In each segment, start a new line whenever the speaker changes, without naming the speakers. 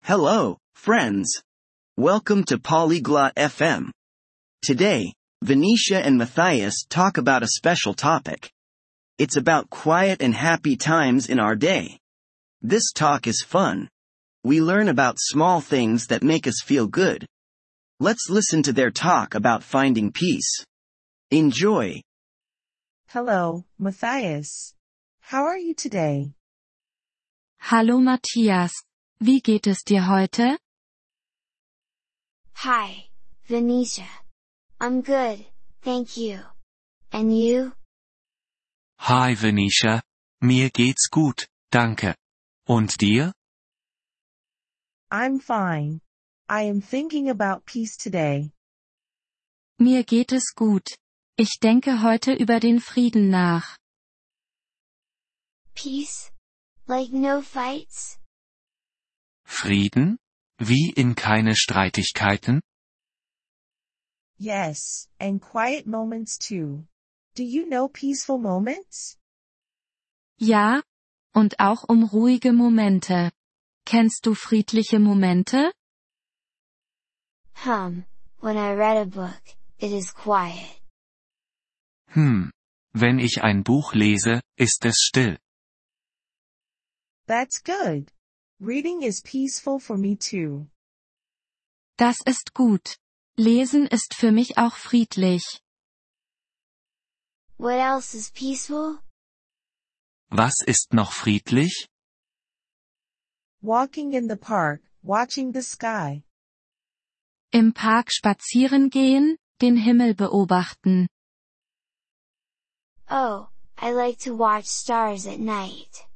Hello, friends. Welcome to Polyglot FM. Today, Venetia and Matthias talk about a special topic. It's about quiet and happy times in our day. This talk is fun. We learn about small things that make us feel good. Let's listen to their talk about finding peace. Enjoy.
Hello, Matthias. How are you today?
Hallo Matthias. Wie geht es dir heute?
Hi, Venetia. I'm good, thank you. And you?
Hi Venetia. Mir geht's gut, danke. Und dir?
I'm fine. I am thinking about peace today.
Mir geht es gut. Ich denke heute über den Frieden nach.
Peace? Like no fights?
Frieden? Wie in keine Streitigkeiten?
Yes, and quiet moments too. Do you know peaceful moments?
Ja? Und auch um ruhige Momente. Kennst du friedliche Momente?
Hum, when I read a book, it is quiet.
Hm. Wenn ich ein Buch lese, ist es still.
That's good. Reading is peaceful for me too.
Das ist gut. Lesen ist für mich auch friedlich.
What else is peaceful?
Was ist noch friedlich?
Walking in the park, watching the sky.
Im Park spazieren gehen, den Himmel beobachten.
Oh, I like to watch stars at night.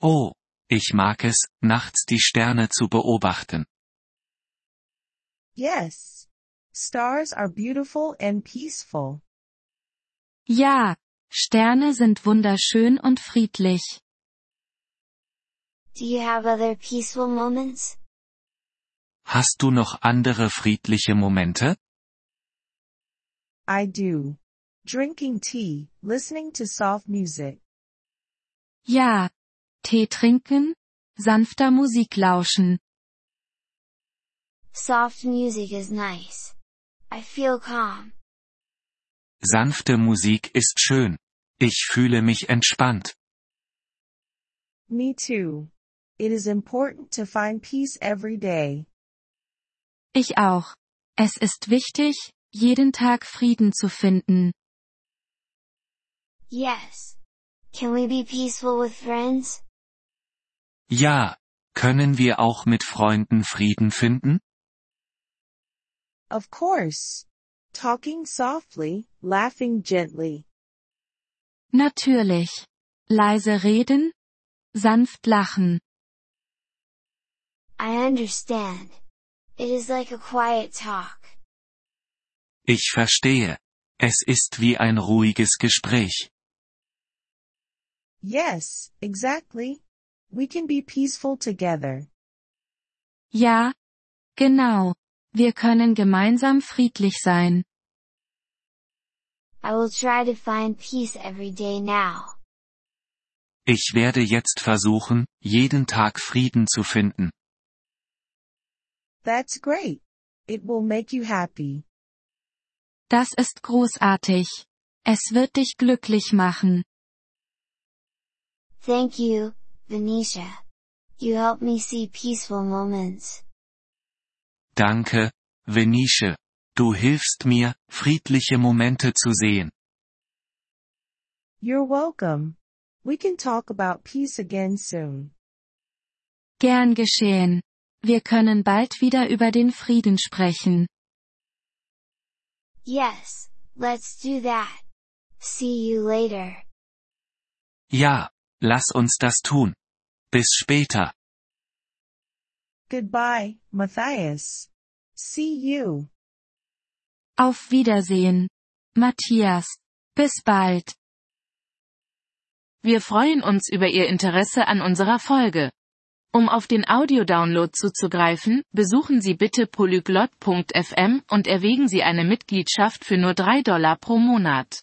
Oh, ich mag es, nachts die Sterne zu beobachten.
Yes. Stars are beautiful and peaceful.
Ja. Sterne sind wunderschön und friedlich.
Do you have other peaceful moments?
Hast du noch andere friedliche Momente?
I do. Drinking tea, listening to soft music.
Ja. Tee trinken, sanfter Musik lauschen.
Soft music is nice. I feel calm.
Sanfte Musik ist schön. Ich fühle mich entspannt.
Me too. It is important to find peace every day.
Ich auch. Es ist wichtig, jeden Tag Frieden zu finden.
Yes. Can we be peaceful with friends?
Ja. Können wir auch mit Freunden Frieden finden?
Of course. Talking softly, laughing gently.
Natürlich. Leise reden, sanft lachen.
I understand. It is like a quiet talk.
Ich verstehe. Es ist wie ein ruhiges Gespräch.
Yes, exactly. We can be peaceful together.
Ja, genau. Wir können gemeinsam friedlich sein.
I will try to find peace every day now.
Ich werde jetzt versuchen, jeden Tag Frieden zu finden.
That's great. It will make you happy.
Das ist großartig. Es wird dich glücklich machen.
Thank you, Venetia. You help me see peaceful moments.
Danke, Venische. Du hilfst mir, friedliche Momente zu sehen.
You're welcome. We can talk about peace again soon.
Gern geschehen. Wir können bald wieder über den Frieden sprechen.
Yes, let's do that. See you later.
Ja, lass uns das tun. Bis später.
Goodbye, Matthias. See you.
Auf Wiedersehen. Matthias. Bis bald.
Wir freuen uns über Ihr Interesse an unserer Folge. Um auf den Audiodownload zuzugreifen, besuchen Sie bitte polyglot.fm und erwägen Sie eine Mitgliedschaft für nur 3 Dollar pro Monat.